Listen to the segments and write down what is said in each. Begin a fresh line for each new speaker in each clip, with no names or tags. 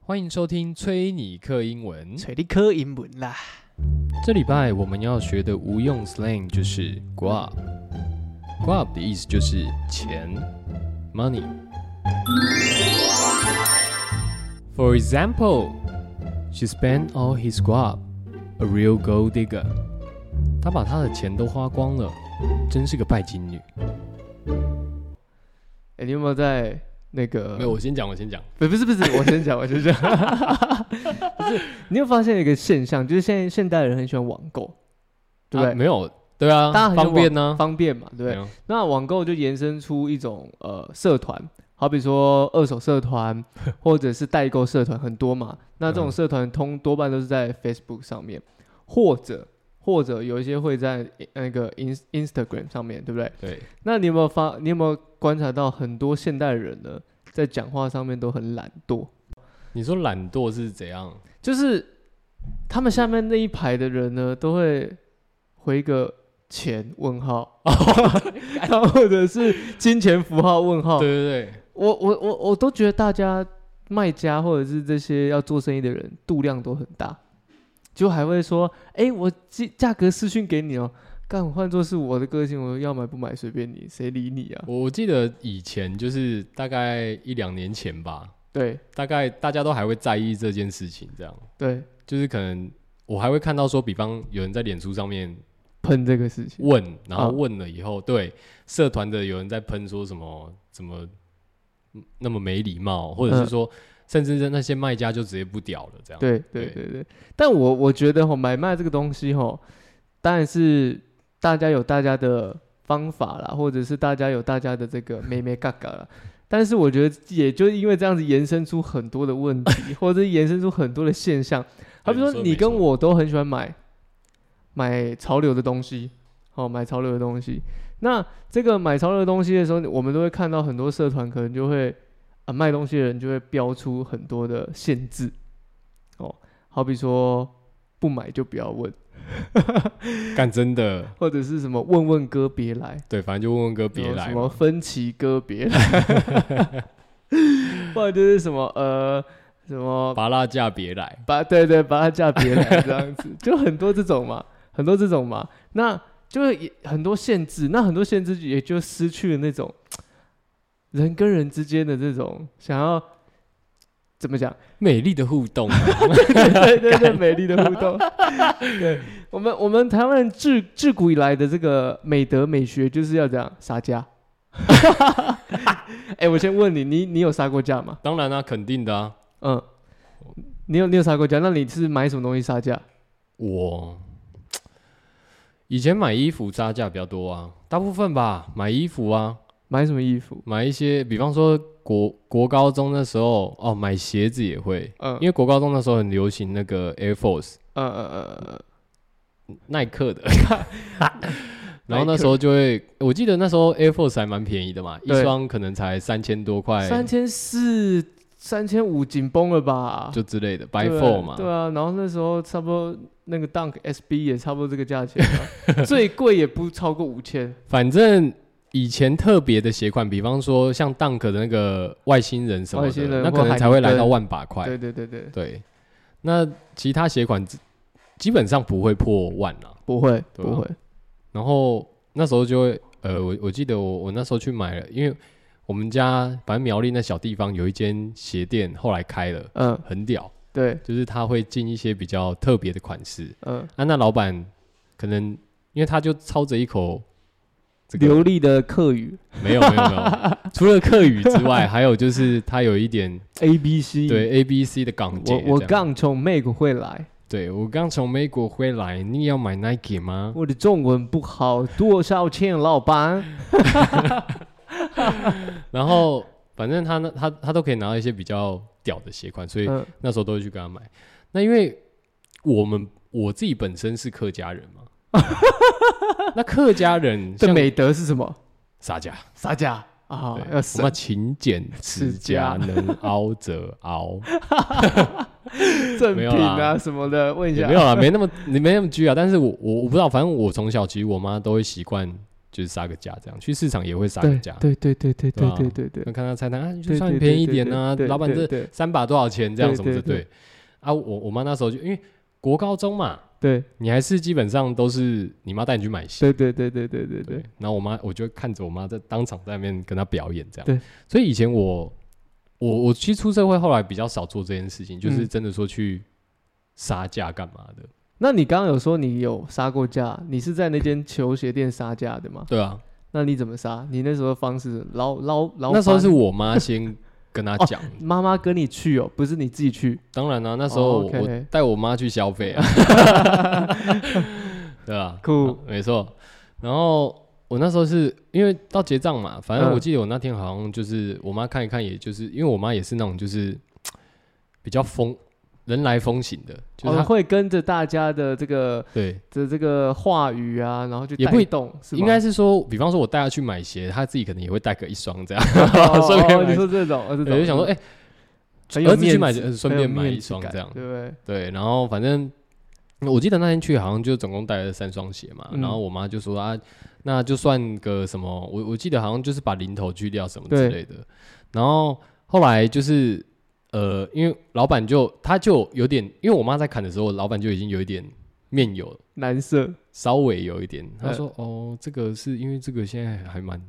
欢迎收听崔尼克英文。
找你考英文啦。
这礼拜我们要学的无用 slang 就是 “guap”。“guap” 的意思就是钱 （money）。For example, she spent all his guap, a real gold digger。她把她的钱都花光了，真是个拜金女。
哎、你有没有在那个？
没有，我先讲，我先讲。
不，不是，不是，我先讲，我先讲。不是，你有发现一个现象，就是现在现代人很喜欢网购，对不
啊
对？
没有，对啊，
大家很喜欢
方便呢、
方便嘛，对不对？
对？
那网购就延伸出一种呃社团，好比说二手社团或者是代购社团很多嘛。那这种
嗯
社团通多半都是在 Facebook 上面，或者或者有一些会在呃那个 in Instagram 上面，对不对？
对，
那你有没有发？你有没有观察到很多现代人呢，在讲话上面都很懒惰，
你说懒惰是怎样？
就是他们下面那一排的人呢，都会回一个钱问 号，然后或者是金钱符号问号。
对对对。
我我我我都觉得大家卖家或者是这些要做生意的人度量都很大，就还会说，哎、我价价格私讯给你哦、干，换作是我的个性，我要买不买随便你，谁理你啊？
我记得以前就是大概一两年前吧，
对
大概大家都还会在意这件事情，这样
对，
就是可能我还会看到说，比方有人在脸书上面
喷这个事情。
问，然后
啊
问了以后，对社团的有人在喷说什么怎么嗯那么没礼貌，或者是
嗯
说、甚至是那些卖家就直接不屌了这样。
对对对对，但我我觉得吼买卖这个东西吼，当然是大家有大家的方法啦，或者是大家有大家的这个妹妹嘎嘎啦。但是我觉得，也就因为这样子延伸出很多的问题，或者是延伸出很多的现象。好比
你说
说，
得
你
没
跟
错
我都很喜欢买买潮流的东西，哦，买潮流的东西。那这个买潮流的东西的时候，我们都会看到很多社团可能就会啊卖东西的人就会标出很多的限制，哦，好比说不买就不要问，
干真的，
或者是什么问问哥别来，
对，反正就问问哥
然
别
后
来
什
嘛
么分歧 哥别来，或者就是什么呃什么
拔蜡架别来，
把对对把他嫁别来这 样子，就很多这种嘛，很多这种嘛，那就是也很多限制，那很多限制也就失去了那种人跟人之间的这种想要怎么讲，
美丽的互动啊、
对对对，美丽的互动。对我们我们台湾人自自古以来的这个美德美学就是要这样撒娇。 哎、我先问你，你你有撒过价吗？
当然啊，肯定的啊，
嗯，你有你有撒过价？那你是买什么东西撒价？
我以前买衣服杀价比较多啊，大部分吧，买衣服啊，
买什么衣服？
买一些，比方说国国高中那时候哦，买鞋子也会，
嗯，
因为国高中那时候很流行那个 Air Force
呃呃
耐克的， 然
耐
后
克
那时候就会，我记得那时候 Air Force 还蛮便宜的嘛，一
对
双可能才三千多
呃，
块，
三千四、三千五紧绷了吧？
就之类的，白
对
four 嘛，
对啊，然后那时候差不多那个 Dunk SB 也差不多这个价钱啊 最贵也不超过五千。
反正以前特别的鞋款，比方说像 Dunk 的那个外星人什么
外星
的，
人
那
或
可能
海
才会
尼
来到
根
万把块。
对对对对，
对，那其他鞋款基基本上不会破万啊。
不会，
对啊
不会，
然后那时候就会，呃，我我记得我我那时候去买了，因为我们家反正苗栗那小地方有一间鞋店，后来开了，
嗯，
很屌，
对，
就是他会进一些比较特别的款式。
嗯，
啊，那老板可能因为他就操着一口这个
流利的客语
没有没有没有， 除了客语之外，还有就是他有一点
A B C，
对 A B C 的港姐
我
这样，
我刚从美国回来，
对我刚从美国回来，你要买 Nike 吗？
我的中文不好，多少钱，老板？
然后反正他呢，他他都可以拿到一些比较屌的鞋款，所以
嗯
那时候都会去跟他买。那因为我们我自己本身是客家人嘛， 那客家人
这
像
美德是什么？
啥家？
啥价啊
对？
要
我
省
们要勤俭持
持
家，
家
能熬则 熬，
赠
没
品
有啦
啊什么的，问一
也
下
没有啦，没那么你没那么拘啊。但是我我我不知道，反正我从小其实我妈都会习惯就是杀个价这样，去市场也会杀个
对
价，
对对对
对
对对
吧
对对对，
那看他菜单啊，就
对
算
对
便
对
宜一
对
点
对
啊，
对
老板
对
这
对
三把多少钱这样
对
什么的，
对对
对。啊，我我妈那时候就因为国高中嘛，
对
你还是基本上都是你妈带你去买鞋，
对对对对对对对，
然后我妈我就看着我妈在当场在那边跟她表演这样，
对。
所以以前我我我其实出社会后来比较少做这件事情，就是
嗯
真的说去杀价干嘛的，
那你刚刚有说你有杀过价，你是在那间球鞋店杀价的吗？
对啊。
那你怎么杀？你那时候的方式老老老
那时候是
板
我妈先跟她
哦
讲，
妈妈跟你去哦，不是你自己去。
当然啦、啊那时候我,、
哦，OK
我带我妈去消费 啊，对吧？
Cool
没错。然后我那时候是因为到结账嘛，反正
嗯
我记得我那天好像就是我妈看一看，也就是因为我妈也是那种就是比较风人来风行的，就是
哦、
她、
会跟着大家的这个
对，
的这个话语啊，然后就
也不一
带动，是吗
应该是说，比方说我带她去买鞋，她自己可能也会带个一双这样，
哦
顺便
哦
买
你说这种，我
我就想说，哎、
很有
儿子去
面
买
子
呃顺
很有
便买
面
一
子
双
感
这样
对不对？
对，然后反正我记得那天去好像就总共带了三双鞋嘛，
嗯
然后我妈就说啊，那就算个什么，我我记得好像就是把零头去掉什么之
对
类的，然后后来就是呃，因为老板就他就有点，因为我妈在砍的时候，老板就已经有一点面有
蓝色，
稍微有一点，他
嗯
说、哦，这个是因为这个现在还蛮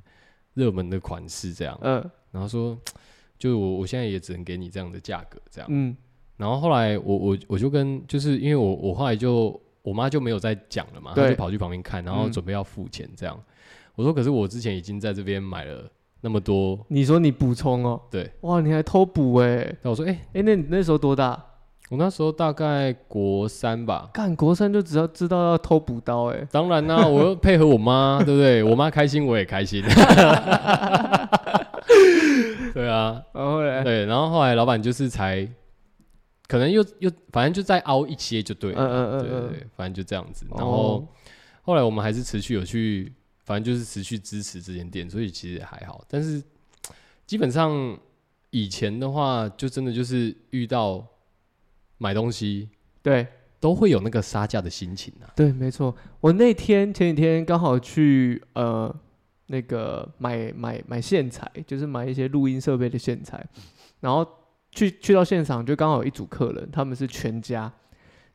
热门的款式这样，
嗯
然后说就我我现在也只能给你这样的价格这样。
嗯，
然后后来我我我就跟就是因为我我后来就我妈就没有再讲了嘛，她
对
就跑去旁边看，然后
嗯
准备要付钱这样。我说可是我之前已经在这边买了那么多，
你说你补充哦，
对，
哇，你还偷补哎、
那我说哎、
哎，那你那时候多大？
我那时候大概国三吧。
干国三就只要知道要偷补刀哎、
当然 啦、我又配合我妈，对不对？我妈开心，我也开心。对啊，
然后嘞，
对。然后后来老板就是才，可能又又，反正就再凹一些就对了。
嗯嗯嗯
对对
嗯
对，反正就这样子。
哦
然后、后来我们还是持续有去，反正就是持续支持这间店，所以其实还好。但是基本上以前的话，就真的就是遇到买东西
对
都会有那个杀价的心情啊。
对，没错。我那天前几天刚好去呃那个买买买线材，就是买一些录音设备的线材，然后去去到现场就刚好有一组客人，他们是全家，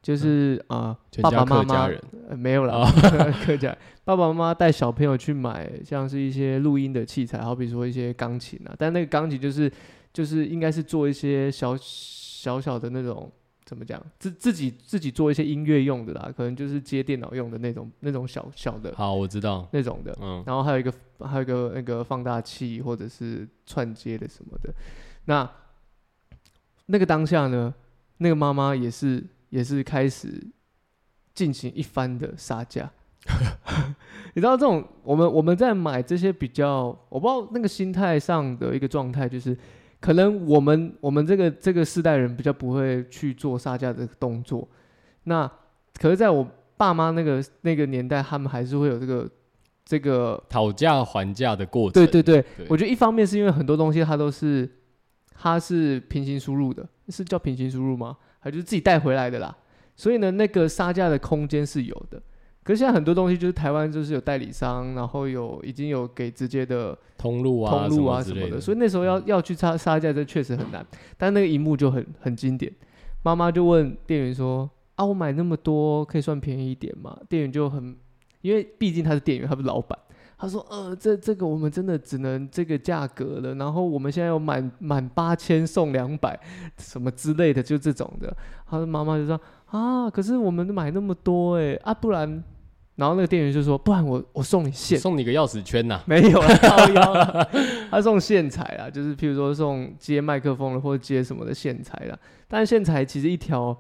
就是啊、呃
全
爸
家
爸妈
客
妈
家人，
呃没有啦， 客家爸爸妈妈带小朋友去买像是一些录音的器材，好比说一些钢琴啊，但那个钢琴就是就是应该是做一些小小小的那种怎么讲，自自己自己做一些音乐用的啦，可能就是接电脑用的那种那种小小的
好，我知道，
那种的，
嗯，
然后还有一个还有一个那个放大器或者是串接的什么的。那那个当下呢，那个妈妈也是也是开始进行一番的杀价。 你知道这种我们我们在买这些比较，我不知道那个心态上的一个状态，就是可能我们我们这个这个世代人比较不会去做杀价的动作。那可是在我爸妈那个那个年代，他们还是会有这个这个
讨价还价的过程，
对对对，
对
我觉得一方面是因为很多东西它都是它是平行输入的，是叫平行输入吗？还就是自己带回来的啦。所以呢，那个杀价的空间是有的。可是现在很多东西就是台湾就是有代理商，然后有已经有给直接的
通路啊，
通路啊
什么之
什么
类
的，
的，嗯
所以那时候要要去杀杀价，这确实很难。但那个一幕就很很经典，妈妈就问店员说：“啊，我买那么多，可以算便宜一点吗？”店员就很，因为毕竟他是店员，他不是老板。他说：“呃，这这个我们真的只能这个价格了。然后我们现在有满满八千送两百，什么之类的，就这种的。”他的妈妈就说：“啊，可是我们买那么多哎、啊，不然……”然后那个店员就说：“不然我我送你现
送你个钥匙圈呐、
没有啊，靠腰啦，他送线材啊，就是譬如说送接麦克风的或者接什么的线材啦。但是线材其实一条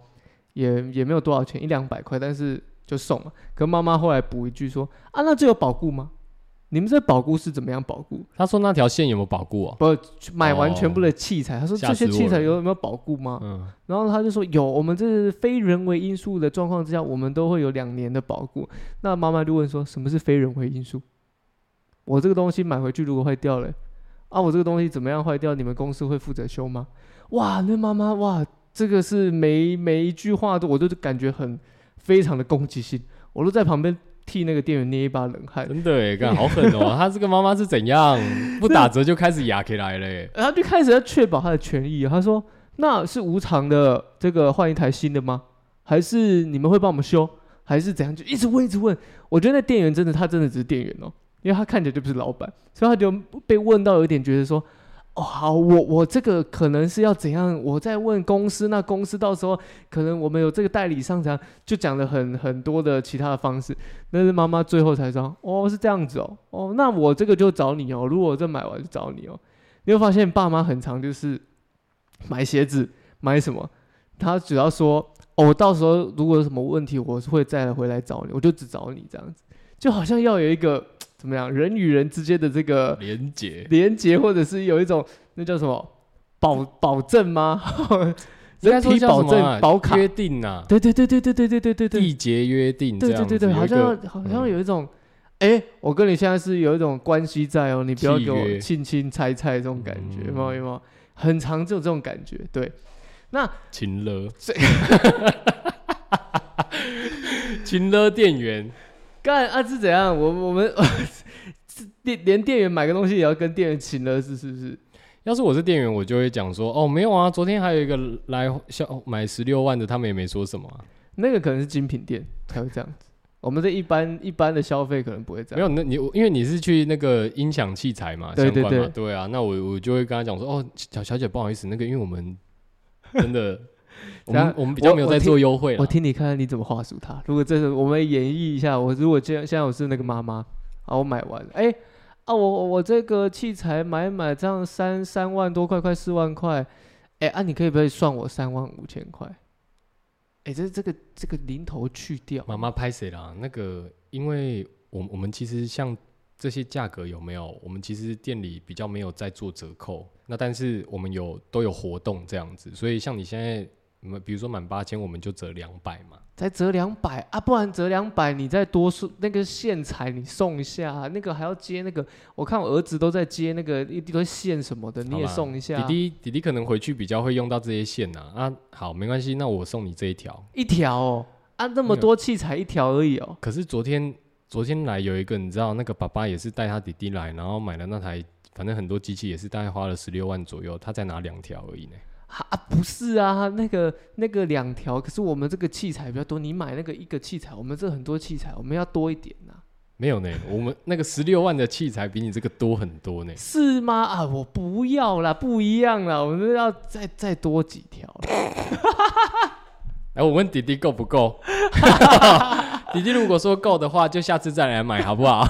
也也没有多少钱，一两百块，但是就送嘛。可妈妈后来补一句说：“啊，那这有保固吗？你们这保固是怎么样保固？
他说那条线有没有保固哦？
不买完
哦
全部的器材，他说
吓
这些
死我
器材
了
有没有保固吗？
嗯，
然后他就说有，我们这是非人为因素的状况之下，我们都会有两年的保固。那妈妈就问说，什么是非人为因素？我这个东西买回去如果坏掉了，啊，我这个东西怎么样坏掉，你们公司会负责修吗？哇，那妈妈哇，这个是每每一句话都，我都感觉很非常的攻击性，我都在旁边替那个店员捏一把冷汗。
真的哎，干好狠哦！他这个妈妈是怎样？不打折就开始压起来嘞。
然后就开始要确保他的权益。他说：“那是无偿的，这个换一台新的吗？还是你们会帮我们修？还是怎样？”就一直问，一直问。我觉得那店员真的，他真的只是店员哦，因为他看起来就不是老板，所以他就被问到有点觉得说：“哦，好，我我这个可能是要怎样？我在问公司，那公司到时候可能我们有这个代理商怎样？”就讲了很很多的其他的方式。但是妈妈最后才说：“哦，是这样子哦，哦，那我这个就找你哦，如果我这买完就找你哦。”你会发现爸妈很常就是买鞋子买什么，他只要说哦，我到时候如果有什么问题，我是会再回来找你，我就只找你这样子，就好像要有一个怎么样人与人之间的这个
连结，
连接，或者是有一种那叫什么保保证 吗？
应该
人
说
体
叫
保
什么啊
证保卡，
约定呐，
对对对对对对对对对对，
缔结约定这
对
样
对
子，
对对，好像
有一
要
个
好像
嗯
有一种，哎、我跟你现在是有一种关系在哦，你不要
契
给我
约
亲亲猜猜这种感觉，有没有？
嗯
有没有？很常就有这种感觉，对。
亲了，亲了店员，
干啊是怎样？我我们是店连店员买个东西也要跟店员请了，是是不是？
要是我是店员，我就会讲说，哦，没有啊，昨天还有一个来消哦买十六万的，他们也没说什么啊、
那个可能是精品店才会这样子，我们这一般一般的消费可能不会这
没
样。
有，那你因为你是去那个音响器材嘛，
对
相
对
关嘛，
对
对啊，那我我就会跟他讲说，哦，小小姐不好意思，那个因为我们真 的，我
等
们
下
我们比较没有
我
在
听
做优惠
我
了，
听你看看你怎么话术他。如果这是我们演绎一下，我如果现在现在我是那个妈妈，啊，我买完了，哎、啊，我我这个器材买一买这样三三万多块，快四万块，哎、啊，你可以不可以算我三万五千块？哎、这这个这个零头去掉，
妈妈拍谁啦？那个，因为我我们其实像这些价格有没有？我们其实店里比较没有在做折扣，那但是我们有都有活动这样子，所以像你现在，我们比如说满八千，我们就折两百嘛。
再折两百啊，不然折两百，你再多送那个线材，你送一下啊、那个还要接那个，我看我儿子都在接那个一堆线什么的，你
好
也
啦
送一下啊、
弟弟弟弟可能回去比较会用到这些线呐、啊。好，没关系，那我送你这一条。
一条哦，啊，那
没
么
有
多器材一条而已哦。
可是昨天昨天来有一个，你知道那个爸爸也是带他弟弟来，然后买了那台，反正很多机器也是大概花了十六万左右，他才拿两条而已呢。
啊，不是啊，那个那个两条，可是我们这个器材比较多，你买那个一个器材，我们这很多器材，我们要多一点啊呐、
没有呢，我们那个十六万的器材比你这个多很多呢。
是吗？啊，我不要啦，不一样啦，我们要再再多几条 啦。
哎，我问弟弟够不够？ 弟弟如果说够的话，就下次再来买好不好？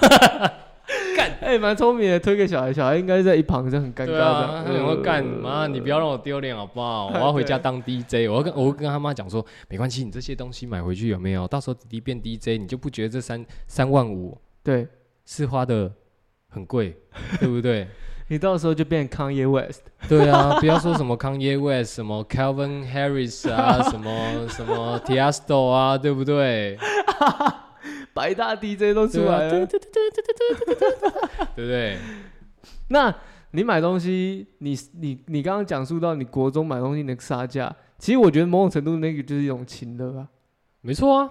哎、蛮聪明的，推给小孩，小孩应该在一旁就很尴尬
对
这
啊
样。，
他想说干嘛？你不要让我丢脸好不好？我要回家当 DJ，我要跟我会跟他妈讲说，没关系，你这些东西买回去有没有？到时候弟弟变 DJ，你就不觉得这三三万五
对
是花的很贵，对不对？
你到时候就变 Kanye West，
对啊，不要说什么 Kanye West、什么 Calvin Harris 啊、什么什么 Tiesto 啊，对不对？
白大 DJ 都出
对啊
来了。
对对对对对对对对，对不对？
那你买东西，你你你刚刚讲述到你国中买东西那个杀价，其实我觉得某种程度那个就是一种情的啊。
没错啊，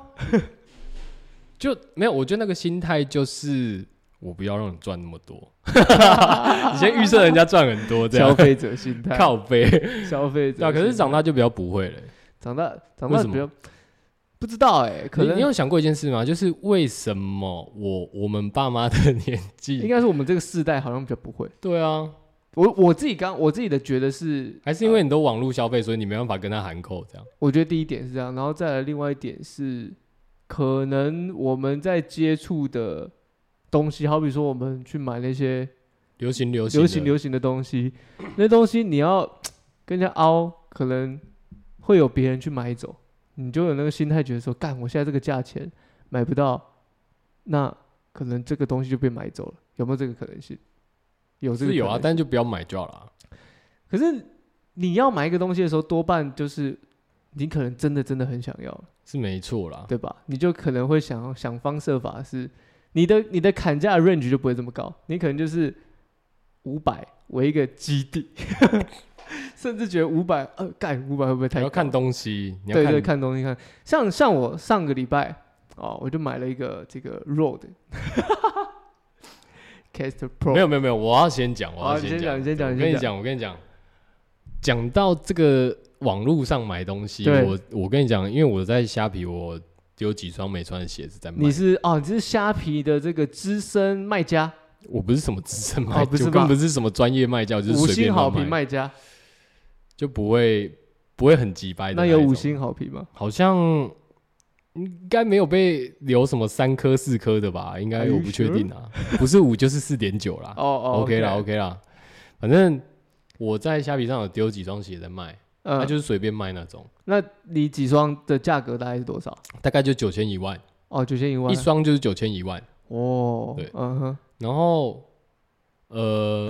就没有，我觉得那个心态就是我不要让你赚那么 多，你先预设人家赚很多这
消
样，
费者心态，
啊 靠背，对
消费者心态。
啊，可是长大就比较不会了。
长大长
为
大
什么
比较不知道哎、可
你
能
你有想过一件事吗？就是为什么我我们爸妈的年
应
纪，
该是我们这个世代好像比较不会。
对啊，
我我自己刚我自己的觉得是，
还是因为你都网络消费，所以你没办法跟他喊扣这样。
我觉得第一点是这样，然后再来另外一点是，可能我们在接触的东西，好比说我们去买那些
流行流行
流行
流，
流行的东西，那东西你要跟人家凹，可能会有别人去买走，你就有那个心态，觉得说，干，我现在这个价钱买不到，那可能这个东西就被买走了，有没有这个可能性？有这个
是有啊
可，能性
但就不要买就好了啊。
可是你要买一个东西的时候，多半就是你可能真的真的很想要，
是没错啦，
对吧？你就可能会想要想方设法是，你的你的砍价的 range 就不会这么高，你可能就是五百为一个基底， 甚至觉得五百呃，干五百会不会太
你
高？
要看东西，你要
对对，
看
看东西看，像像我上个礼拜，哦，我就买了一个这个 Rode Caster Pro，
没有没有没有，我要先讲，我
好
要
你先
讲，
讲你先讲
我
你
跟
先
你讲，我跟你讲，讲到这个网络上买东西，
对
我我跟你讲，因为我在虾皮，我有几双没穿的鞋子在卖
你。是哦，你是虾皮的这个资深卖家，
我不是什么资深卖，
哦不是
就
吧
更不是什么专业卖家，我就是
五
随便
星好
乱
评卖家，
就不会不会很急掰的
那
一
有
种
五，星好评吗？
好像应该没有被留什么三颗四颗的吧？应该
Are you
我不确定啊， 不是五就是四点九啦。
哦哦
啊 OK 啦，OK 啦，反正我在虾皮上有丢几双鞋在卖，那、
嗯，
就是随便卖那种，
那你几双的价格大概是多少？
大概就九千一万，
哦，九千一万
一，双就是九千一万。
哦，
对
嗯哼，
然后， 呃，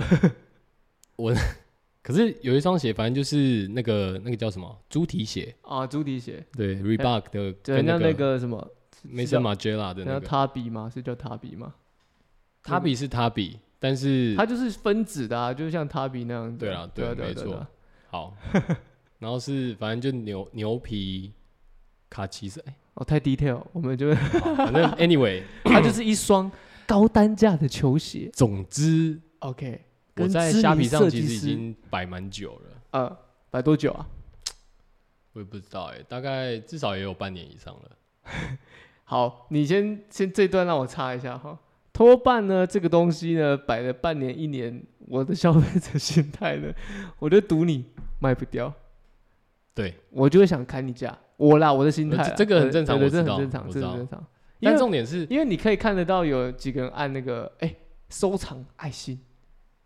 我 可是有一双鞋，反正就是那个那个叫什么猪蹄鞋，
啊，猪蹄鞋，
对 Reebok 的，
对，
跟
那
那
那个什么，
Mason Margiela 的那个，
那塔比吗？是叫塔比吗？
他比是他比，但是
它就是分子的啊，就是像塔比那样子。
对啦
对啊
对
对啊
没
对啊
错
对啊
好，然后是反正就牛牛皮卡其色，哎、
哦，太 detail，我们就
好反正 anyway，
它就是一双高单价的球鞋。
总之
OK，
我
跟
在
知
虾
名
皮上
设
其
计
实已
师
经摆蛮久了，
呃摆多久啊？
我也不知道哎、大概至少也有半年以上了。
好，你先先这段让我插一下哈。拖办呢这个东西呢摆了半年一年，我的消费者心态呢，我就赌你卖不掉，
对，
我就会想砍你价。我啦，我的心态啦
呃这这个很正常
对
我
对，
知
这
道
很正常，
我
这
知
很
道
正常。因
但
为
重点是，
因为你可以看得到有几个人按那个哎、收藏爱心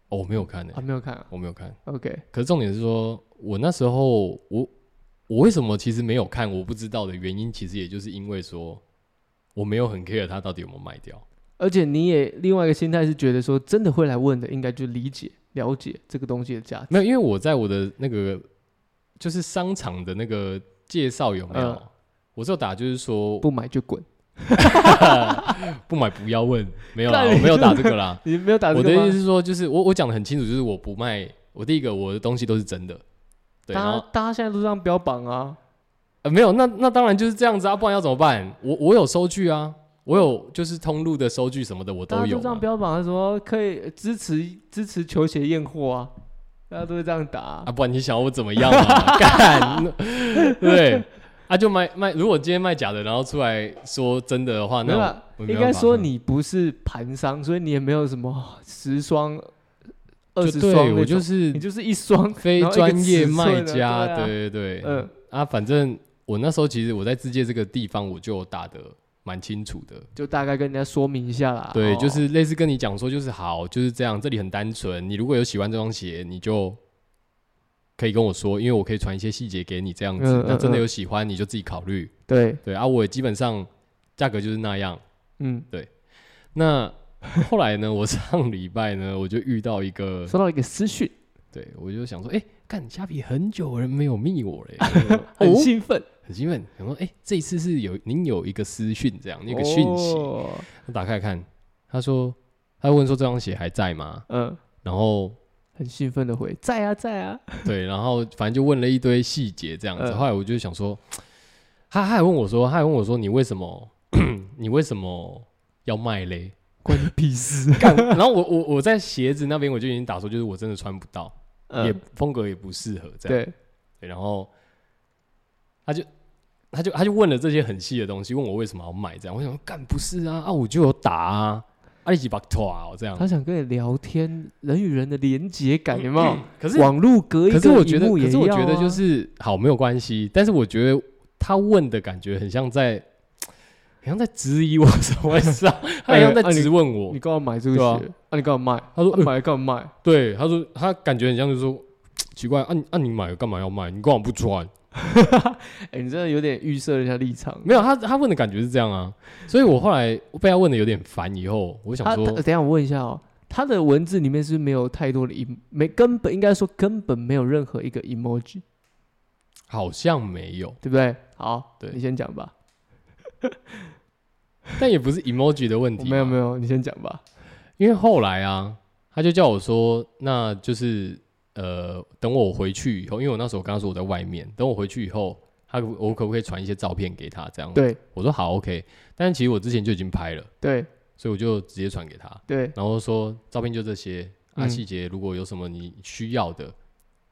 哦，我没有看呢、
啊，没有看啊
我没有看。
？OK，
可是重点是说，我那时候我我为什么其实没有看，我不知道的原因，其实也就是因为说我没有很 care 它到底有没有卖掉。
而且你也另外一个心态是觉得说，真的会来问的，应该就理解了解这个东西的价值。
没有，因为我在我的那个就是商场的那个介绍有没有，
嗯
我就打就是说
不买就滚。
不买不要问，没有啦，
干
我
你
没有
这
打这个啦。
你没啊有打
我
这
的
个
意思
吗？
是说，就是我我讲的很清楚，就是我不卖，我第一个我的东西都是真的，对，然
大
后
家、大家现在都这样标榜啊，
呃、没有，那那当然就是这样子啊，不然要怎么办？我我有收据啊，我有就是通路的收据什么的，我
大
都
家
有啊
都这样
嘛。
标榜说可以支持支持球鞋验货啊，大家都会这样打啊、
啊，不然你想要我怎么样 嘛？干，对不对，啊就卖卖，如果今天卖假的，然后出来说真的的话，那
没有
我
啦，
我没
应
办
该
法
说
嗯
你不是盘商，所以你也没有什么十双、二
就
十
对
双那
我
种
就是
你就是一双
非
然后一个
专业
尺寸
卖
啊
家，
对啊
对对对，
嗯
啊，反正我那时候其实我在自界这个地方我就打的蛮清楚的，
就大概跟人家说明一下啦。
对，
哦
就是类似跟你讲说，就是好，就是这样，这里很单纯，你如果有喜欢这双鞋，你就可以跟我说，因为我可以传一些细节给你这样子
嗯，
那真的
嗯嗯
有喜欢你就自己考虑，
对，
对啊，我也基本上价格就是那样。
嗯，
那后来呢，我上礼拜呢，我就遇到一 个
收到一个私讯，
对，我就想说，哎、干虾皮很久人没有密我嘞，
很
哦
兴奋，
很兴奋，想说，哎、这一次是有您有一个私讯这样，那个讯息，
哦
我打开来看，他说，他问说这双鞋还在吗？
嗯，
然后
很兴奋的回，在啊，在啊，
对，然后反正就问了一堆细节这样子，
嗯
后来我就想说，他他还问我说，他还问我说，你为什么 你为什么要卖嘞？。
关你屁事
干，然后我我我在鞋子那边我就已经打说，就是我真的穿不到，也
嗯，
风格也不适合这样。
对，
对，然后他就他就他就问了这些很细的东西，问我为什么要买这样。我想说干不是啊啊，我就有打啊，啊一起把拖啊这样
他。 想跟你聊天，人与人的连结感有没有？
可是
网路隔一个
嗯可是我觉得，
荧幕也
可是我
要啊
觉得就是好没有关系，但是我觉得他问的感觉很像在，很像在质疑我什么事 啊，他很像在
哎啊
质问我
你。干嘛买这个
对啊
鞋？啊，你干 嘛卖？
他说
啊
嗯
买来干嘛卖？
对，他说他感觉很像就是说。奇怪，啊你啊你买了干嘛要卖？你干嘛不穿？
哎，你真的有点预设人家立场。
没有，他他问的感觉是这样啊，所以我后来被他问的有点烦，以后我想
他
说
他，等一下我问一下哦，他的文字里面是不是没有太多的 em，没根本应该说根本没有任何一个 emoji，
好像没有，
对不对？好，
对
你先讲吧。
但也不是 emoji 的问
我
题。
没有没，有，你先讲吧。
因为后来啊，他就叫我说，那就是呃，等我回去以后，因为我那时候跟他说我在外面，等我回去以后，他可不我可不可以传一些照片给他？这样，
对
我说好 OK，但是其实我之前就已经拍了，
对
所以我就直接传给他，
对，
然后说照片就这些，啊
嗯
细节如果有什么你需要的，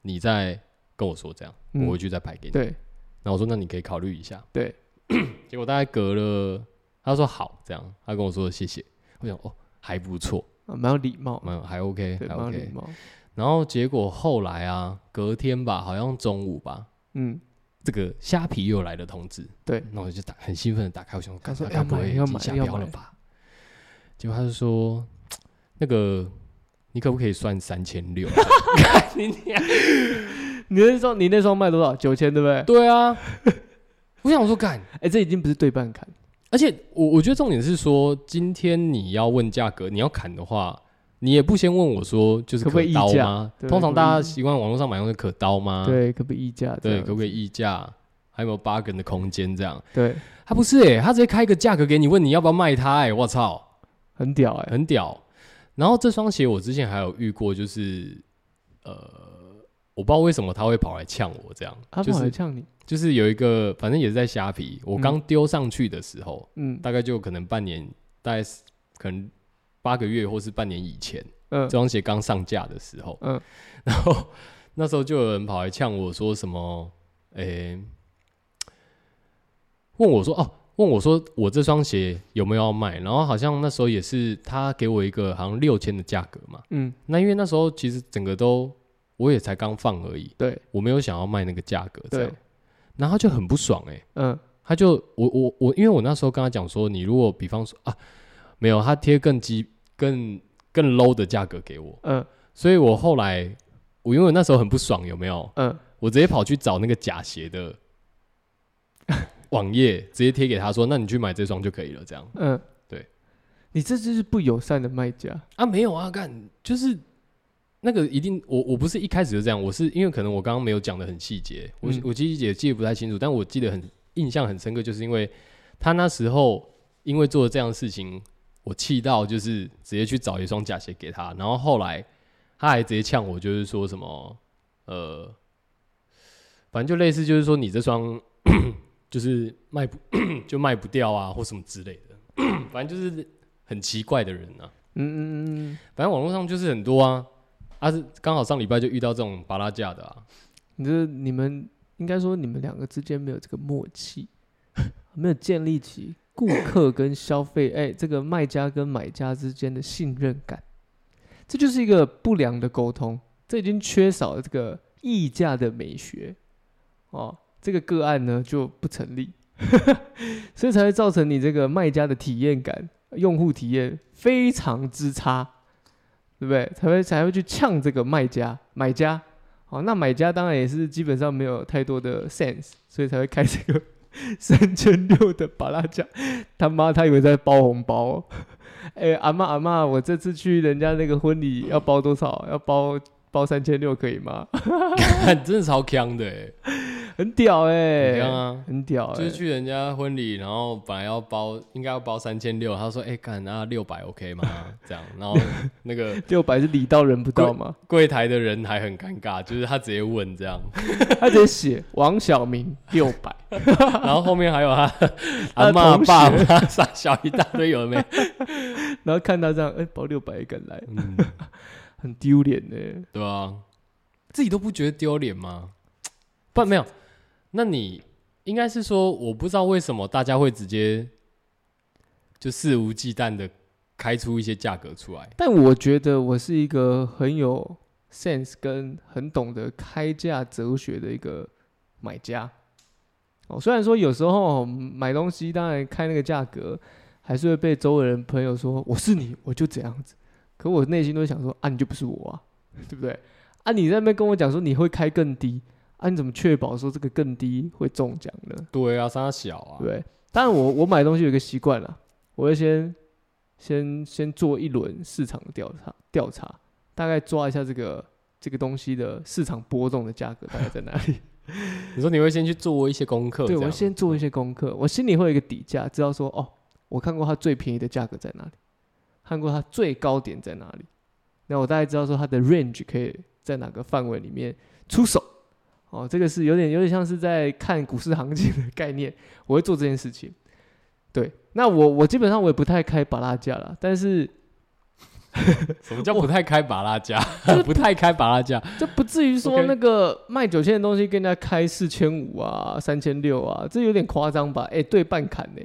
你再跟我说，这样
嗯
我回去再拍给你。
对
然后我说那你可以考虑一下，
对，
结果大概隔了，他说好这样，他跟我说谢谢，我想哦还不错，
啊蛮有礼貌，
蛮还 OK
对，
还
蛮有礼
嗯 OK，
貌，
然后结果后来啊，隔天吧，好像中午吧，
嗯，
这个虾皮又来了通知，
对，
那我就打很兴奋的打开，我想
他说
该不会
要买要
机
买
下
要
标了
买
吧？结果他就说那个你可不可以算三千六？ 你娘
你那双你那双卖多少？九千对不对？
对啊，我想说干，
哎，这已经不是对半砍，
而且我我觉得重点是说，今天你要问价格，你要砍的话，你也不先问我说就是
可不可以
刀
议价
吗？
对
通
可
常
不
大
可以
家
议
习惯网络上买东西可刀吗？
对，啊可不可以议价这
啊对，
样？
可不可以议价？还有没有 bargain 的空间？这样，
对，
他不是哎、他直接开一个价格给你，问你要不要卖它哎、我操，
很屌哎，
很屌。然后这双鞋我之前还有遇过，就是呃，我不知道为什么他会跑来呛我这样，
他
就
跑来
是
呛你，
就是有一个，反正也是在虾皮，我刚丢上去的时候，
嗯
大概就可能半年，大概是可能八个月或是半年以前，
嗯
这双鞋刚上架的时候，
嗯
然后 那时候就有人跑来呛我说什么，诶、问我说哦，问我说我这双鞋有没有要卖？然后好像那时候也是他给我一个好像六千的价格嘛，
嗯，
那因为那时候其实整个都我也才刚放而已，
对
我没有想要卖那个价格这样
对，，
然后他就很不爽诶、
嗯
他就我我我，因为我那时候跟他讲说，你如果比方说啊，没有他贴更低、更更 low 的价格给我，
嗯
所以我后来我因为我那时候很不爽，有没有？
嗯，
我直接跑去找那个假鞋的网页，直接贴给他说，那你去买这双就可以了，这样
嗯，
对，
你这就是不友善的卖家。
啊？没有啊，干就是。那个一定，我我不是一开始就这样，我是因为可能我刚刚没有讲的很细节，我、
嗯
我记也记得不太清楚，但我记得很印象很深刻，就是因为他那时候因为做了这样的事情，我气到就是直接去找一双假鞋给他，然后后来他还直接呛我，就是说什么呃，反正就类似就是说你这双 就是卖不 就卖不掉啊，或什么之类的， 反正就是很奇怪的人啊。
嗯嗯嗯嗯，
反正网络上就是很多啊，啊是刚好上礼拜就遇到这种巴拉架的啊，
你这你们应该说你们两个之间没有这个默契， 没有建立起顾客跟消费，哎，这个卖家跟买家之间的信任感，这就是一个不良的沟通，这已经缺少了这个议价的美学，哦，这个个案呢就不成立， 所以才会造成你这个卖家的体验感、用户体验非常之差，对不对？才会才会去呛这个卖家、买家。好，那买家当然也是基本上没有太多的 sense，所以才会开这个 三千六的巴拉奖。他妈，他以为在包红包、哦。哎、阿妈阿妈，我这次去人家那个婚礼要包多少？要包包三千六可以吗？
真的超强的、欸，
很屌哎、
很强啊。
很屌哎、
就是去人家婚礼，然后本来要包，应该要包三千六，他说：“哎、干那六百 OK 吗？”这样，然后那个
六百是礼到人不到嘛？
柜台的人还很尴尬，就是他直接问这样，
他直接写王小明六百，
然后后面还有 他
他
阿
的
妈、
同学
爸妈、傻小一大堆，有的没？
然后看他这样，哎、包六百也敢来，
嗯，
很丢脸哎呢。
对啊，自己都不觉得丢脸吗？不，没有，那你应该是说，我不知道为什么大家会直接就肆无忌惮的开出一些价格出来，
但我觉得我是一个很有 sense 跟很懂得开价哲学的一个买家。哦，虽然说有时候买东西，当然开那个价格，还是会被周围人朋友说我是你，我就这样子。可我内心都会想说啊，你就不是我啊， 对不对？啊，你在那边跟我讲说你会开更低，啊，你怎么确保说这个更低会中奖呢？
对啊，三小啊，
对，当然我我买东西有一个习惯啦，我会先先先做一轮市场的调查调查，大概抓一下这个这个东西的市场波动的价格大概在哪里。
你说你会先去做一些功课，
对
这
我
样嗯
先做一些功课，我心里会有一个底价，知道说哦，我看过它最便宜的价格在哪里，看过它最高点在哪里，那我大概知道说它的 range 可以在哪个范围里面出手。哦，这个是有点有点像是在看股市行情的概念，我会做这件事情。对，那我我基本上我也不太开巴拉价了，但是
什么叫不太开拔拉架？ 不太开拔拉架，
这不至于说
OK
那个卖九千的东西跟人家开四千五啊、三千六啊，这有点夸张吧？哎、对半砍呢、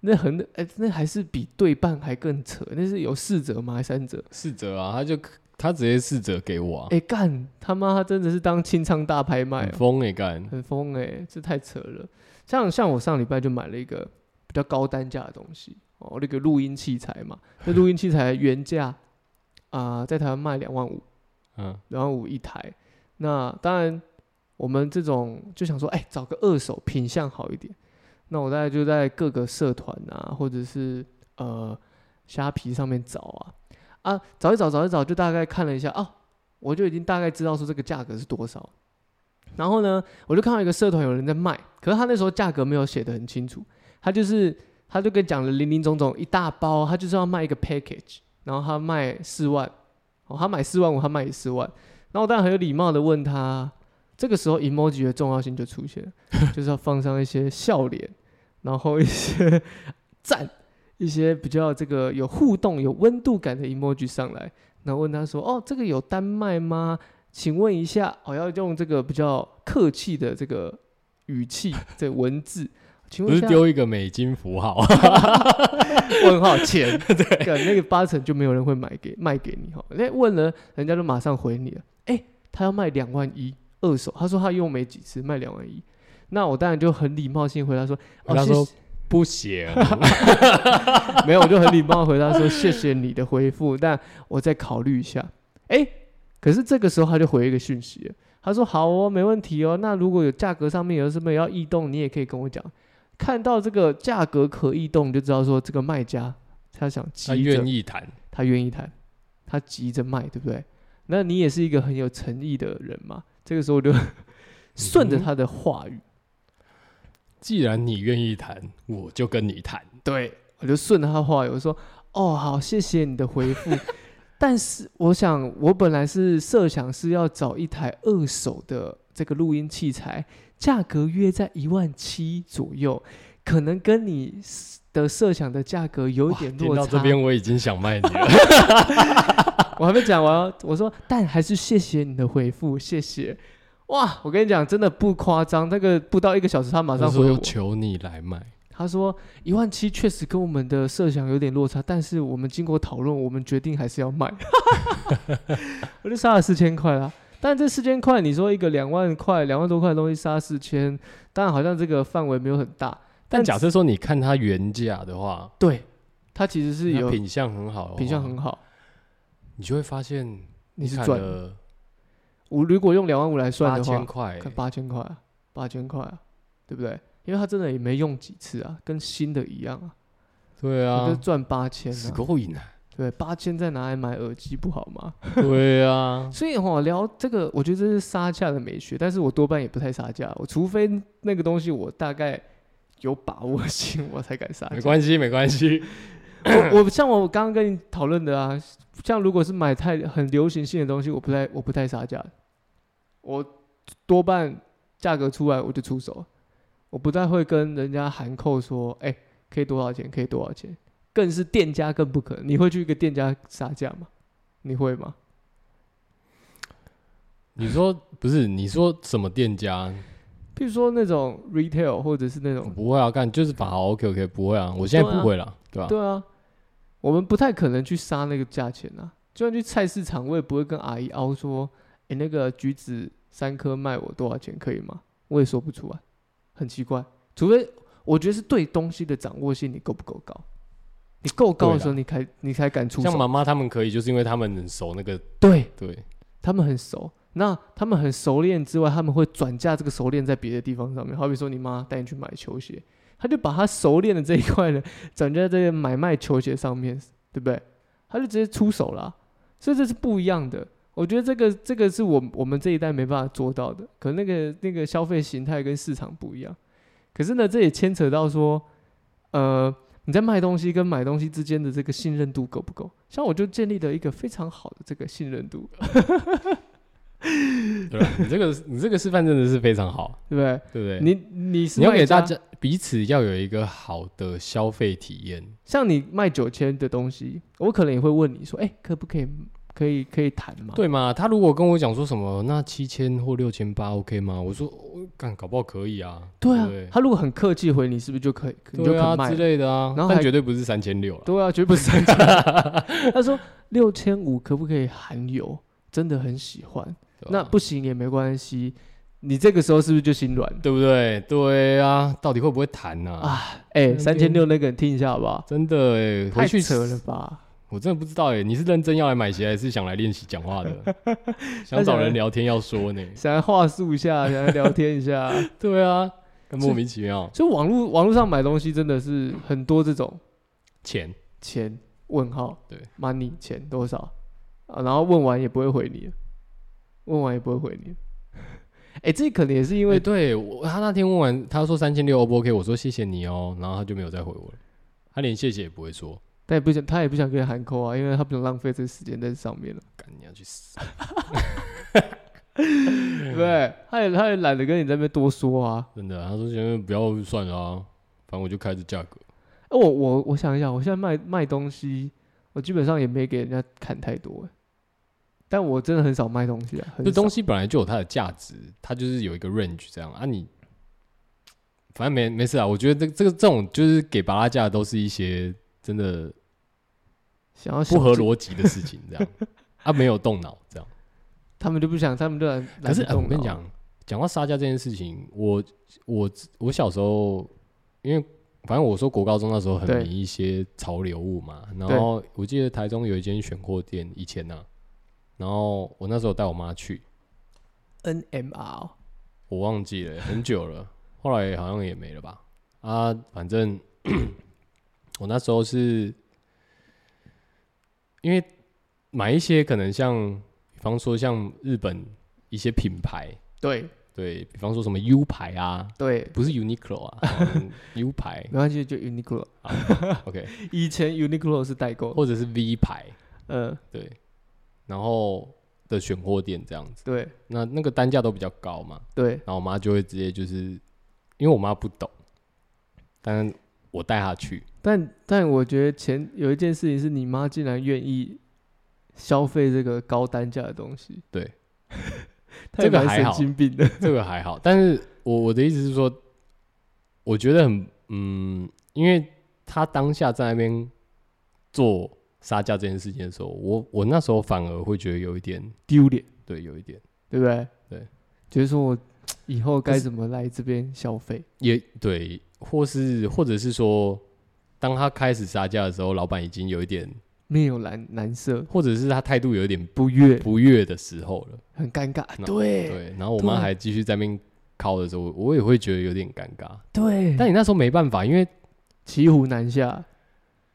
那很哎、那还是比对半还更扯，那是有四折吗？还是三折？
四折啊，他就他直接四折给我啊，
哎、干他妈，他真的是当清仓大拍卖
很
哦、
疯哎干，
很疯哎、这太扯了。像像我上礼拜就买了一个比较高单价的东西哦，那个录音器材嘛，那录音器材原价啊、在台湾卖两万五。
嗯，
然后五一台。那当然，我们这种就想说，哎，找个二手品相好一点。那我大概就在各个社团啊，或者是呃虾皮上面找啊，啊，找一找，找一找，就大概看了一下，哦，我就已经大概知道说这个价格是多少。然后呢，我就看到一个社团有人在卖，可是他那时候价格没有写得很清楚，他就是他就跟讲了零零总总一大包，他就是要卖一个 package，然后他卖四万，哦，他买四万五，他卖四万，然后我当然很有礼貌的问他，这个时候 emoji 的重要性就出现了，就是要放上一些笑脸，然后一些赞，一些比较这个有互动、有温度感的 emoji 上来，然后问他说，哦，这个有单卖吗？请问一下，我、哦、要用这个比较客气的这个语气的文字，请
不
问一
是
下，
丢一个美金符号，啊
问号钱，对，那个八成就没有人会买给卖给你哈。那问了，人家就马上回你了，哎、他要卖两万一二手，他说他用没几次卖两万一，那我当然就很礼貌性回答说，哦，
他
谢
说
谢
不行，
没有，我就很礼貌地回答说 谢谢你的回复，但我再考虑一下。哎、可是这个时候他就回一个讯息了，他说好哦，没问题哦，那如果有价格上面有什么要异动，你也可以跟我讲。看到这个价格可异动，你就知道说这个卖家他想 急
他
着
愿意谈，
他愿意谈，他急着卖，对不对？那你也是一个很有诚意的人嘛。这个时
嗯
候我就顺着他的话语，
既然你愿意谈，我就跟你谈，
对我就顺着他的话语，我说：“哦，好，谢谢你的回复。 但是我想，我本来是设想是要找一台二手的这个录音器材，价格约在一万七左右，可能跟你的设想的价格有一点
听
落差。
到这边我已经想卖你 了，
我还没讲完哦，我说，但还是谢谢你的回复，谢谢。哇，我跟你讲，真的不夸张，那个不到一个小时，他马
他
上回
说
我，
求你来卖，
他说一万七确实跟我们的设想有点落差，但是我们经过讨论，我们决定还是要卖， 我就杀了四千块啦。但这四千块，你说一个两万块、两万多块的东西杀四千，当然好像这个范围没有很大，
但假设说你看它原价的话，
对，它其实是
它
有
品哦相很好，
品相很，好，
你就会发现
你是
砍
赚的。
了
我如果用两万五来算
八
的话
千，块欸，
看八千块啊，八千块啊，对不对？因为他真的也没用几次啊，跟新的一样啊，
对
我就
啊，
赚八千
死
啊，
够瘾 啊，
对，八千再拿来买耳机不好吗？
嗯对 啊，
所以哈，聊这个，我觉得这是杀价的美学，但是我多半也不太杀价，我除非那个东西我大概有把握性，我才敢杀
没
价。
关系没关系，
我我像我刚刚跟你讨论的啊，像如果是买太很流行性的东西，我不太我不太杀价，我多半价格出来我就出手，我不太会跟人家喊扣说，哎、可以多少钱，可以多少钱，更是店家更不可能。你会去一个店家杀价吗？你会吗？
你说不是你说什么店家？
譬如说那种 retail 或者是那种，
不会啊，干就是把好 OK OK，不会啊，我现在
对啊
不会了，对吧？
对啊，我们不太可能去杀那个价钱啊。就算去菜市场，我也不会跟阿姨凹说，哎、那个橘子三颗卖我多少钱，可以吗？我也说不出来，很奇怪。除非我觉得是对东西的掌握性，你够不够高？你够高的时候，
对啦啊
你才你才敢出
像
手。
妈妈他们可以，就是因为他们很熟那个，
对，
对，
他们很熟。那他们很熟练之外，他们会转嫁这个熟练在别的地方上面。好比说，你妈带你去买球鞋，他就把他熟练的这一块呢，转嫁在这个买卖球鞋上面，对不对？他就直接出手了啊、所以这是不一样的。我觉得这个这个是我我们这一代没办法做到的，可能那个那个消费形态跟市场不一样。可是呢，这也牵扯到说，呃，你在卖东西跟买东西之间的这个信任度够不够？像我就建立了一个非常好的这个信任度，
对吧？啊你这个你这个示范真的是非常好，
对不对？
对不对？
你你是
你要
卖
给大
家
家彼此要有一个好的消费体验，
像你卖九千的东西，我可能也会问你说，哎、可不可以可以可以谈嘛？
对嘛？他如果跟我讲说什么那七千或六千八 OK 吗？我说我干搞不好可以啊，
对
不
啊，他如果很客气回你，是不是就可以你就
对
肯
啊
卖
之
了？
类的啊，
然后
但
还
绝对不是三千六了。
对啊，绝对不是 三千。他说六千五可不可以含油？真的很喜欢，
对吧啊
那不行也没关系。你这个时候是不是就心软？
对不对？对啊，到底会不会谈呢、啊？
啊哎、
那
三
边
千六那个你听一下好不好？
真的哎，
太
回去
扯了吧！
我真的不知道哎，你是认真要来买鞋，还是想来练习讲话 的？想找人聊天要说呢？
想要话术一下，想要聊天一 下，
对啊，莫名其妙，
就网络网络上买东西真的是很多这种
钱
钱问号，
对
，money 钱多少啊？然后问完也不会回你了，问完也不会回你了。哎、这可能也是因
因
为、
为对我他那天问完，他说三千六 O 不 OK？我说谢谢你哦，然后他就没有再回我了，他连谢谢也不会说，
他也不想，他也不想跟你喊扣啊，因为他不想浪费这时间在上面了，
赶你要去死！嗯
对不对？他也他也懒得跟你在那边多说啊。
真的，他说前面不要算了啊，反正我就开这价格，
哎、我我我想一想，我现在卖卖东西，我基本上也没给人家看太多、哎但我真的很少卖东西啊，很
这
少
东西本来就有它的价值，它就是有一个 range 这样啊你。反正没没事啊，我觉得这这个这种就是给拔拉价的都是一些真的
想要
不合
小进，
逻辑的事情，这样 啊没有动脑这样。
他们就不想，他们就懒。
可是、
懒得
呃
动
我跟你
脑
讲，讲到杀价这件事情，我我我小时候，因为反正我说国高中那时候很
对
迷一些潮流物嘛，然
对
后我记得台中有一间选货店，以前呢、啊，然后我那时候带我妈去，
NMR，哦
我忘记了很久了，后来好像也没了吧。啊，反正 我那时候是因为买一些可能像，比方说像日本一些品牌，
对
对比方说什么 U 牌啊，
对，
不是 Uniqlo 啊嗯，U 牌
没关系，就 Uniqlo。
啊，OK，
以前 Uniqlo 是 代购，
或者是 V 牌，
嗯，
对，然后的选货店这样子，
对
那那个单价都比较高嘛，
对
然后我妈就会直接就是，因为我妈不懂，但是我带她去，
但但我觉得前有一件事情是你妈竟然愿意消费这个高单价的东西，
对，
她也
这个
蛮
还
神
好
经病的，
这个还好，但是我我的意思是说，我觉得很嗯，因为她当下在那边做杀价这件事情的时候，我我那时候反而会觉得有一点，
丢脸，
对，有一点。
对不对？
对，
就是说我以后
可
该
是
怎么来这边消费？
也对，或是或者是说，当他开始杀价的时候，老板已经有一点，
面有蓝蓝色，
或者是他态度有一点
不悦，
不悦的时候了。
很尴尬，
那
对
对，然后我妈
对
还继续在那边敲的时候，我也会觉得有点尴尬。
对，
但你那时候没办法，因为
骑虎难下，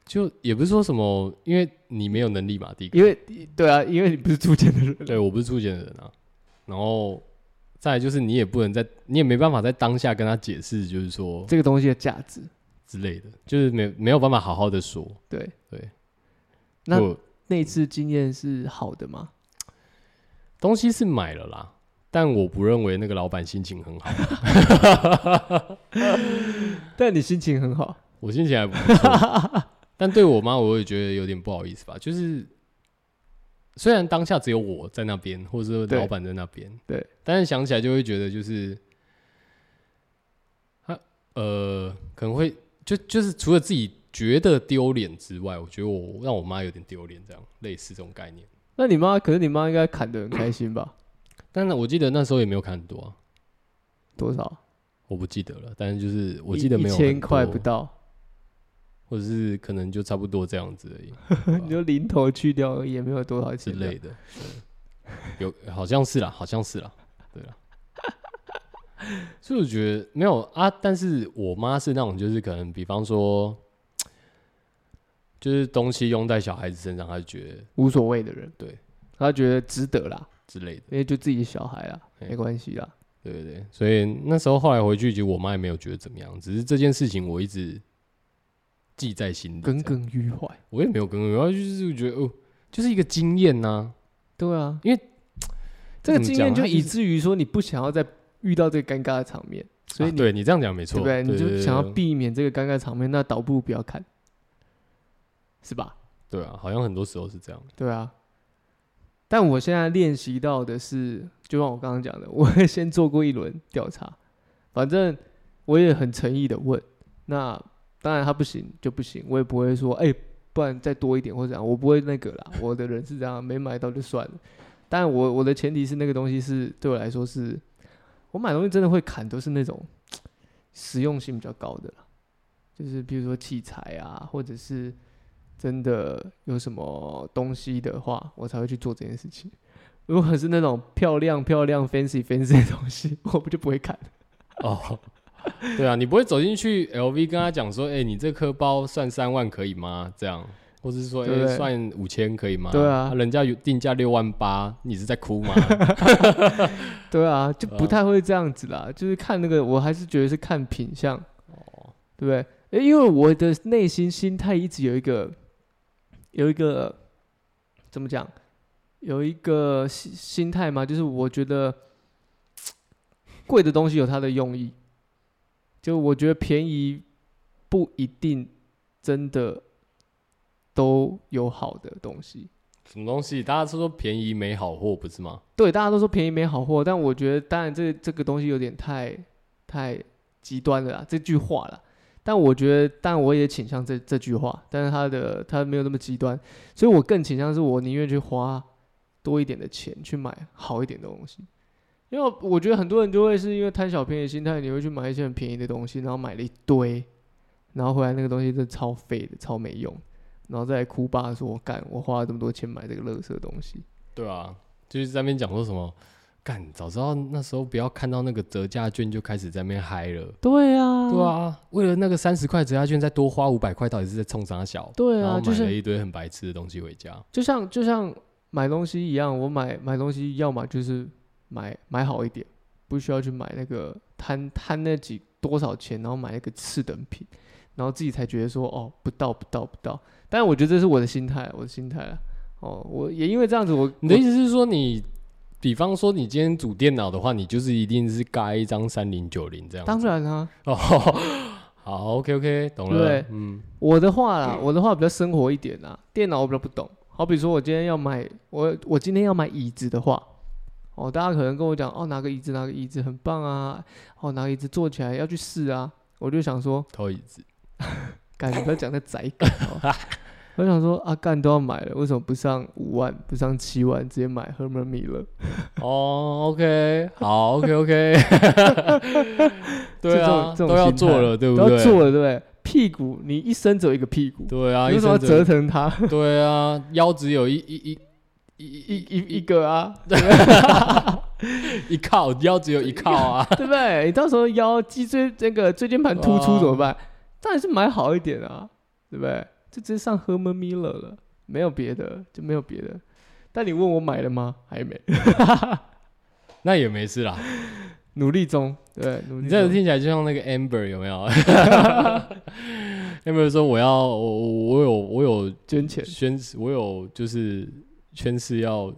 就也不是说什么，因为你没有能力嘛，第一个。
因为对啊，因为你不是住建的人，
对，我不是出钱的人啊。然后再来就是你也不能在，你也没办法在当下跟他解释，就是说
这个东西的价值，
之类的，就是没没有办法好好的说。
对
对。
那
就
那次经验是好的吗？
东西是买了啦，但我不认为那个老板心情很好，
但你心情很好，
我心情还不错。 但对我妈，我也觉得有点不好意思吧。就是虽然当下只有我在那边，或者是
对
老板在那边，
对，
但是想起来就会觉得就是，他呃，可能会就就是除了自己觉得丢脸之外，我觉得我让我妈有点丢脸，这样类似这种概念。
那你妈，可是你妈应该砍得很开心 吧？
但是我记得那时候也没有看很多、啊，
多少？
我不记得了。但是就是我
一
记得没
一
有
千
很
块
多
不到，
或者是可能就差不多这样子而已
你就零头去掉也没有多少
之
钱啊的
类的，对有好像是啦，好像是啦，对啦。所以我觉得没有啊，但是我妈是那种就是可能，比方说，就是东西用在小孩子身上，她就觉得
无所谓的人，
对，
她觉得值得啦，
之类的，
因为就自己小孩啦，
嘿
没关系啦。
对对对。所以那时候后来回去，其实我妈也没有觉得怎么样，只是这件事情我一直记在心里，
耿，耿于怀。
我也没有耿耿于怀，就是觉得哦，就是一个经验呐、
对啊，这个
怎么
经
讲
验
它
就以
是
至于说你不想要再遇到这个尴尬的场面，所以
啊
你、
对你这样讲没
对
错，
不对？你就
对
想要
对
避免这个尴尬场面，那倒不如不要看，是吧？
对啊，好像很多时候是这样。
对啊。但我现在练习到的是，就像我刚刚讲的，我会先做过一轮调查，反正我也很诚意的问，那当然他不行就不行，我也不会说，哎、不然再多一点或者怎样，我不会那个啦，我的人是这样，没买到就算了。但我我的前提是那个东西是对我来说是，我买东西真的会砍，都是那种实用性比较高的啦，就是比如说器材啊，或者是真的有什么东西的话，我才会去做这件事情。如果是那种漂亮漂亮 fancy fancy 的东西， 我不就不会砍。
哦， 对啊，你不会走进去 LV 跟他讲说，哎、你这颗包算三万可以吗？这样，或者是说，哎、
对不对
算五千可以吗？
对啊
人家有定价六万八，你是在哭吗？
对啊，就
对啊
不太会这样子啦。就是看那个，我还是觉得是看品相，
哦，
对不对？诶因为我的内心心态一直有一个，有一个怎么讲，有一个心心态嘛，就是我觉得贵的东西有它的用意，就我觉得便宜不一定真的都有好的东西。
什么东西？大家都说便宜没好货，不是吗？
对，大家都说便宜没好货，但我觉得当然这这个东西有点太太极端了啦，这句话啦。但我觉得，但我也倾向这这句话，但是他的他没有那么极端，所以我更倾向是我宁愿去花多一点的钱去买好一点的东西，因为我觉得很多人就会是因为贪小便宜的心态，你会去买一些很便宜的东西，然后买了一堆，然后回来那个东西真的超废的，超没用，然后再来哭爸说：“干，我花了这么多钱买这个垃圾东西。”
对啊，就是在那边讲说什么，干，早知道那时候不要看到那个折价券就开始在那边嗨了。
对呀、啊，
对啊，为了那个三十块折价券再多花五百块，到底是在冲啥小？
对
然
啊，
后
就
买了
是
一堆很白痴的东西回家。
就像就像买东西一样，我买买东西，要么就是买买好一点，不需要去买那个贪贪那几多少钱，然后买那个次等品，然后自己才觉得说哦不到不到不到。但我觉得这是我的心态，我的心态啊。哦，我也因为这样子我，
你的
我
意思是说你，比方说你今天组电脑的话，你就是一定是盖一张三零九零这样子。
当然啊，
哦，好，OK OK，懂了。
对
嗯，
我的话啦，我的话比较生活一点啦，电脑我比较不懂。好比说，我今天要买我我今天要买椅子的话，哦，大家可能跟我讲哦，哪个椅子哪个椅子很棒啊，哦，哪个椅子坐起来要去试啊，我就想说，
偷椅子。
干，你不要讲那宅感 哦。我想说啊，干都要买了，为什么不上五万，不上七万，直接买 Herman Miller？
哦，OK，好，OK OK 。 对啊，
这种这种
都要
心态
做了，对不
都要
对？
做了，对不对？屁股，你一生只有一个屁股，
对啊，
你为
一
什么要
生只有
折腾它？
对啊，腰只有一一一
一
一一
一一个啊，
一靠，腰只有一靠啊。
对不对？你到时候腰脊椎那个椎间盘突出
哇
怎么办？当然是买好一点啊，对不对？就直接上 Herman Miller 了，没有别的，就没有别的。但你问我买了吗？还没，
那也没事啦，
努力中，对，努力
你这个
中。
听起来就像那个 Amber 有没有 ？Amber 说我要我我有我有
捐钱
宣誓，我有就是宣誓要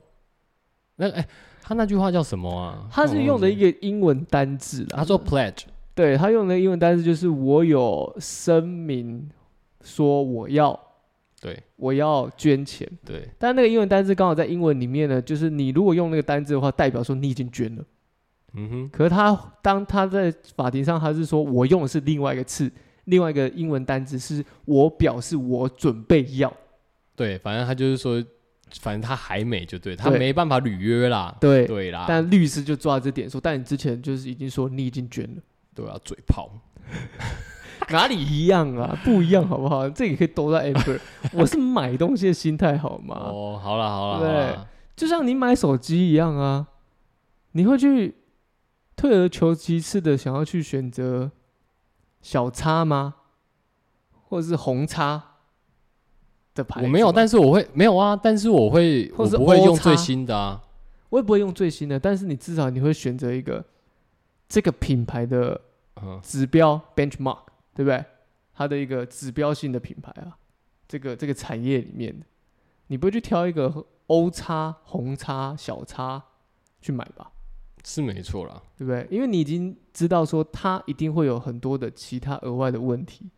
那哎、他那句话叫什么啊？
他是用的一
个，
个哦英文单字啦，
他说 pledge，
对他用的英文单字就是我有声明说我要
对
我要捐钱，
对
但那个英文单字刚好在英文里面呢，就是你如果用那个单字的话，代表说你已经捐了。
嗯哼，
可是他当他在法庭上，他是说我用的是另外一个字，另外一个英文单字，是我表示我准备要。
对，反正他就是说，反正他还没就对，他
对
没办法履约啦，
对，
对啦，
但律师就抓这点说，但你之前就是已经说你已经捐 了，
对啊，嘴炮，
哪里一样啊？不一样好不好？这也可以兜到 amber，我是买东西的心态好吗？
哦，好啦好啦，
对
好啦
就像你买手机一样啊，你会去退而求其次的想要去选择小叉吗？或者是红叉的牌子
我
吗？
没有，但是我会没有啊，但是我会，
或
我
是
不会
O
用最
叉
新的啊，
我也不会用最新的，但是你至少你会选择一个这个品牌的
嗯，
指标 benchmark，对不对？它的一个指标性的品牌啊，这个这个产业里面的，你不会去挑一个欧叉、红叉、小叉去买吧，
是没错啦。
对不对？因为你已经知道说它一定会有很多的其他额外的问 题。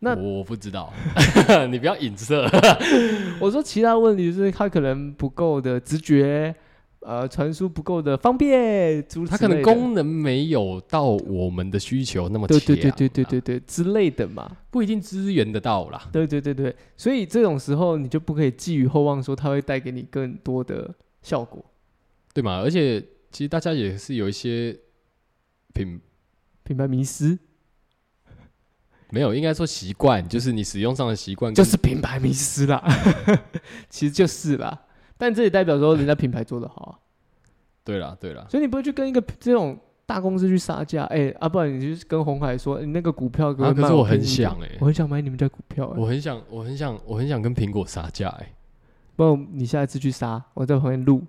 那
我我不知 道，你不要影射。
我说其他问题就是它可能不够的直觉，呃，传输不够的方便，诸
它
此
可能
类的
功能没有到我们的需求那么
对
强
对对对对
啊
对对之类的嘛。
不一定支援得到啦。
对对对对，所以这种时候你就不可以寄予厚望，说它会带给你更多的效果。
对嘛？而且其实大家也是有一些品
品牌迷失
没有，应该说习惯，就是你使用上的习惯
就
跟，
是品牌迷失啦， 其实就是啦。但这也代表说人家品牌做得好啊，
对啦对啦，
所以你不会去跟一个这种大公司去杀价，哎、啊，不然你就是跟红海说，哎你那个股票给我
啊可
卖
是我
便宜
很
一点
想欸
我很想买你们家股票、哎，
我很想我很想我很想跟苹果杀价哎，
不然你下一次去杀，我在旁边录。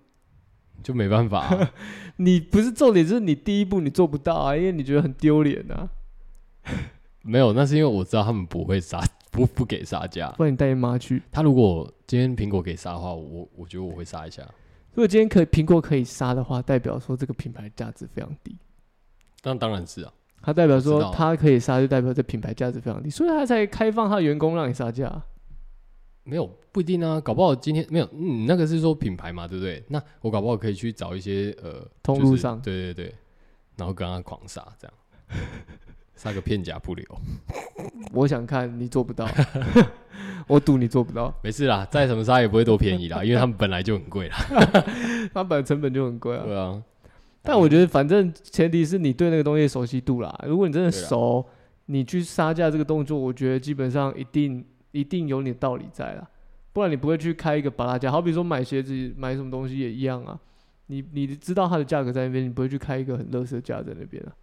就没办法啊、
你不是重点，就是你第一步你做不到啊，因为你觉得很丢脸啊。
没有，那是因为我知道他们不会杀，不不给杀价。
不然你带你妈去。
他如果今天苹果给杀的话，我我觉得我会杀一下，
如果今天可以苹果可以杀的话，代表说这个品牌价值非常低。
那当然是啊，
它代表
我
说
知道
它可以杀，就代表这品牌价值非常低，所以它才开放它的员工让你杀价啊。
没有不一定啊，搞不好今天没有，嗯，那个是说品牌嘛，对不对？那我搞不好可以去找一些呃
通
就是
路上
对对对，然后跟他狂杀这样， 杀个片甲不留，
我想看你 做不到，我赌你做不到。
没事啦，再怎么杀也不会多便宜啦，因为他们本来就很贵啦，
它本来成本就很贵啊。
对啊，
但我觉得，反正前提是你对那个东西的熟悉度啦。如果你真的
对啦
熟，你去杀价这个动作，我觉得基本上一定一定有你的道理在啦。不然你不会去开一个巴拉价。好比说买鞋子、买什么东西也一样啊。你你知道它的价格在那边，你不会去开一个很垃圾价在那边啊。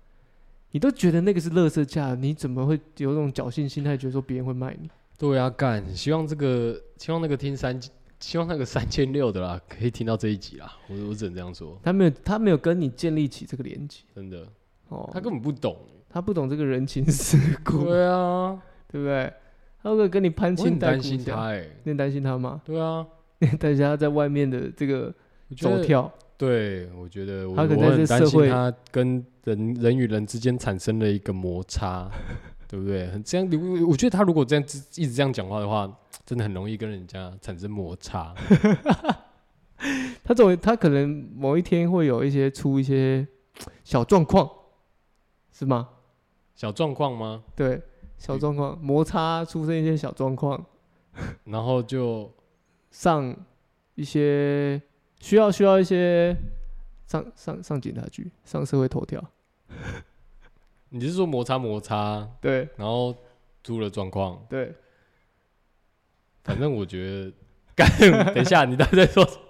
你都觉得那个是垃圾价，你怎么会有那种侥幸心态，觉得说别人会卖你？
对啊，干，希望这个希望那个听三，希望那个三千六的啦，可以听到这一集啦，我我只能这样说，
他没有他没有跟你建立起这个连接
真的，
哦，
他根本不懂、
他不懂这个人情世故，
对啊，
对不对？他会跟你攀
我
亲
很
带
担
故
心
乡
他。哎、
你很担心他吗？
对啊，
你很担心他在外面的这个
我觉
走
得，
跳，
对我觉得我
他可能
我
在
很
这
担
社
心
会
他跟人人与人之间产生了一个摩擦，对不对？很这样，我我觉得他如果这样子一直这样讲话的话，真的很容易跟人家产生摩擦。
他总他可能某一天会有一些出一些小状况，是吗？
小状况吗？
对，小状况摩擦出现一些小状况，
然后就
上一些需要需要一些上上上警察局，上社会头条，
你是说摩擦摩擦，
对
然后出了状况？
对，
反正我觉得， 干，等一下，你到底在说什么？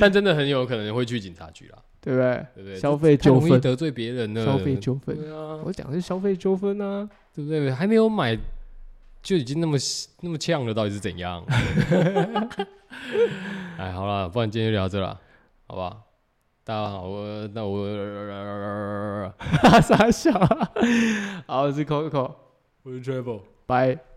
但真的很有可能会去警察局啦，
对不对？
对不对？
消费
太
纠
容易
纷，
得罪别人了，
消费纠纷，
对啊，
我讲的是消费纠纷啊。
对不对？还没有买就已经那么那么呛了，到底是怎样？哎，好了，不然今天就聊这了，好吧？大家好，我那我
哈哈，傻笑。好，我是 Coco，
我是 Travel。
拜。